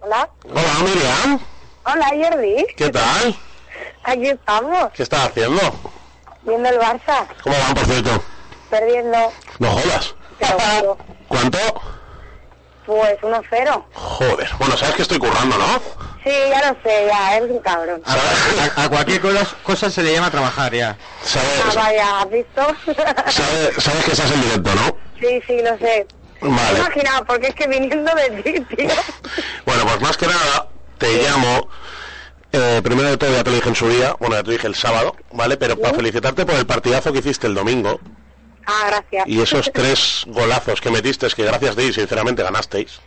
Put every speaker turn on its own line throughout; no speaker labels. Hola.
Hola, Miriam.
Hola, Jordi.
¿Qué tal?
Aquí estamos,
¿Qué estás haciendo?
viendo el Barça,
¿Cómo van, por cierto?
perdiendo,
No jodas.
pero bueno,
¿Cuánto?
pues 1-0.
Joder. Bueno, sabes que estoy currando, ¿no?
Sí, ya lo sé, ya, eres un cabrón.
Ah,
A, a- a cualquier cosa, cosa se le llama trabajar ya.
Ah,
Sabes,
vaya, ¿has visto?
sabes, sabes que estás en directo, ¿no?
sí, sí, lo sé. Me he
Vale.
imaginado, porque es que viniendo de ti, tío.
Bueno, pues más que nada, te llamo. eh, primero de todo, ya te lo dije en su día, bueno, ya te lo dije el sábado, ¿vale? Pero para felicitarte por el partidazo que hiciste el domingo
Ah, gracias.
y esos tres golazos que metiste, es que gracias de ir, sinceramente, ganasteis.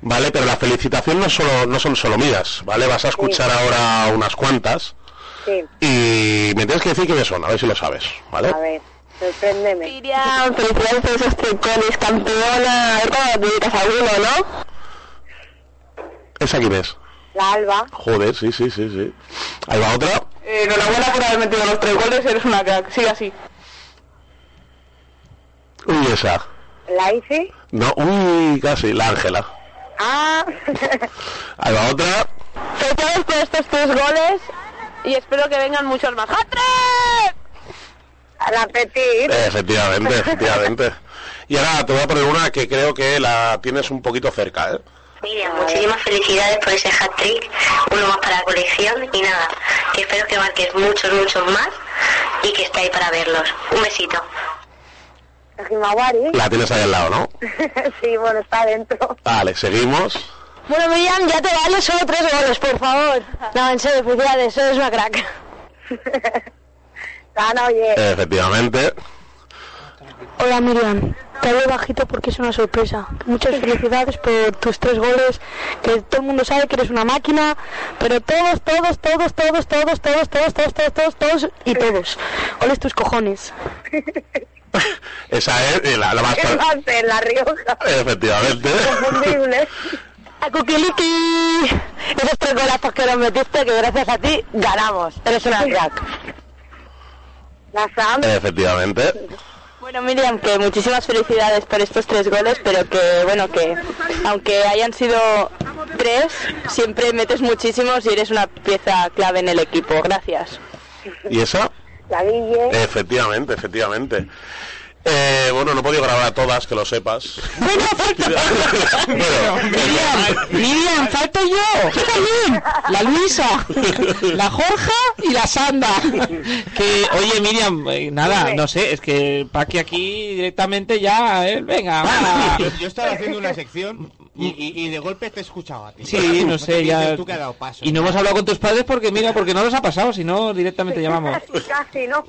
Vale, pero la felicitación no, solo, no son solo mías, ¿vale? Vas a escuchar ahora unas cuantas
Sí,
y me tienes que decir quiénes son, a ver si lo sabes, ¿vale?
a ver, sorpréndeme.
Miriam, felicidades por esos tricones, campeona. Es cuando te dedicas a uno, ¿no?
¿Esa quién es?
La Alba.
Joder, sí, sí, sí, sí. Ahí va otra.
Eh, enhorabuena por haber metido los tres goles, eres una crack. Sigue así.
Uy, esa.
La Isi.
No, uy, casi, la Ángela.
Ah,
Ahí va otra.
Felicidades por estos tres goles y espero que vengan muchos más. ¡Hat-trick!
la Petit.
Eh, Efectivamente, efectivamente. Y ahora te voy a poner una que creo que la tienes un poquito cerca, ¿eh?
Miriam, muchísimas felicidades por ese hat-trick, uno más para la colección y nada, que espero que marques muchos, muchos más y que esté ahí para verlos. Un besito.
La Himawari.
La tienes ahí al lado, ¿no?
sí, bueno, está adentro.
Vale, seguimos.
Bueno, Miriam, ya te vale solo tres goles, por favor. No, en serio, felicidades, eres una crack.
Dana, Ah, oye.
Eh, Efectivamente.
Hola, Miriam. Te hablo bajito porque es una sorpresa. Muchas felicidades por tus tres goles, que todo el mundo sabe que eres una máquina, pero todos, todos, todos, todos, todos, todos, todos, todos, todos, todos, todos y todos. Oles tus cojones.
Esa es eh, la, la más...
¿Qué va a hacer La Rioja?
Efectivamente.
Horrible.
¡A Cuquiliki! Esos tres golazos que nos metiste, que gracias a ti ganamos. Eres una crack.
La Sam.
Eh. Efectivamente.
Bueno, Miriam, que muchísimas felicidades por estos tres goles, pero que, bueno, que aunque hayan sido tres, siempre metes muchísimos y eres una pieza clave en el equipo. Gracias.
¿Y esa?
La Guille.
Eh.
Efectivamente, efectivamente. Eh, bueno, no he podido grabar a todas, que lo sepas. Pero-
Miriam, falto yo. Yo también. La Luisa,
la
Jorja y la Sanda.
Que, oye, Miriam, eh, nada, no sé, es que Paqui aquí directamente ya, eh, venga, va.
Yo, yo estaba haciendo una sección y, y- y de golpe te he escuchado a ti.
Sí, no sé,
pienses
ya.
Tú que has dado paso.
Y no hemos hablado con tus padres porque, mira, porque no los ha pasado, si no, directamente llamamos.
Casi, ¿no?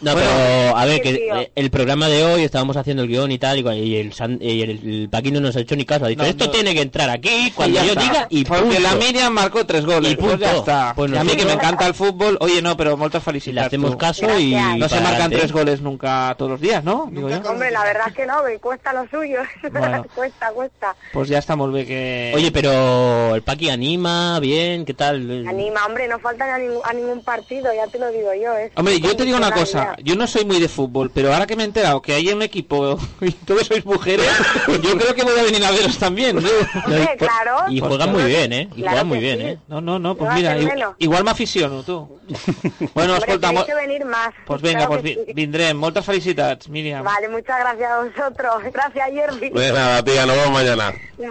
No, pero a ver,
Sí,
que
tío.
eh, el programa de hoy estábamos haciendo el guión y tal, y, y el, San- y el, el Paquín no nos ha hecho ni caso. Ha dicho,
No,
esto
no.
tiene que entrar aquí cuando
ya
yo
está.
diga y punto.
Porque la Miriam marcó tres goles,
Y
pues ya
punto.
está.
Pues
Y a mí que
nosotros-
me encanta el fútbol, oye, no, pero moltes
Si
felicitats.
le hacemos
tú.
caso y...
Gracias.
No se
para
marcan
adelante.
tres goles nunca todos los días, ¿no? Digo yo.
Hombre, la verdad es que no, me cuesta lo suyo.
Bueno.
cuesta, cuesta.
Pues ya está molt bé que...
Oye, pero el Paqui anima, bien, ¿qué tal?
Anima, hombre, no faltan a, ningún- a ningún partido, ya te lo digo yo. ¿eh?
Hombre, yo te digo una
Con
cosa,
idea.
yo no soy muy de fútbol, pero ahora que me he enterado que hay un equipo y todos sois mujeres, yo creo que voy a venir a veros también. ¿no?
Hombre, claro.
Y juega muy bien, ¿eh? Y
Claro
juega
Pues que
muy bien,
sí.
¿eh?
No, no, no, pues
No,
mira,
hacen
i-
menos.
igual me aficiono, tú. Bueno,
Hombre,
escolta,
tenéis
mo-
que venir más.
pues venga,
claro
pues
que
vi-
sí.
vindrem. Moltes felicitats, Míriam.
Vale, muchas gracias a vosotros. Gracias, Jerry.
De nada, tía, nos vemos mañana.
Un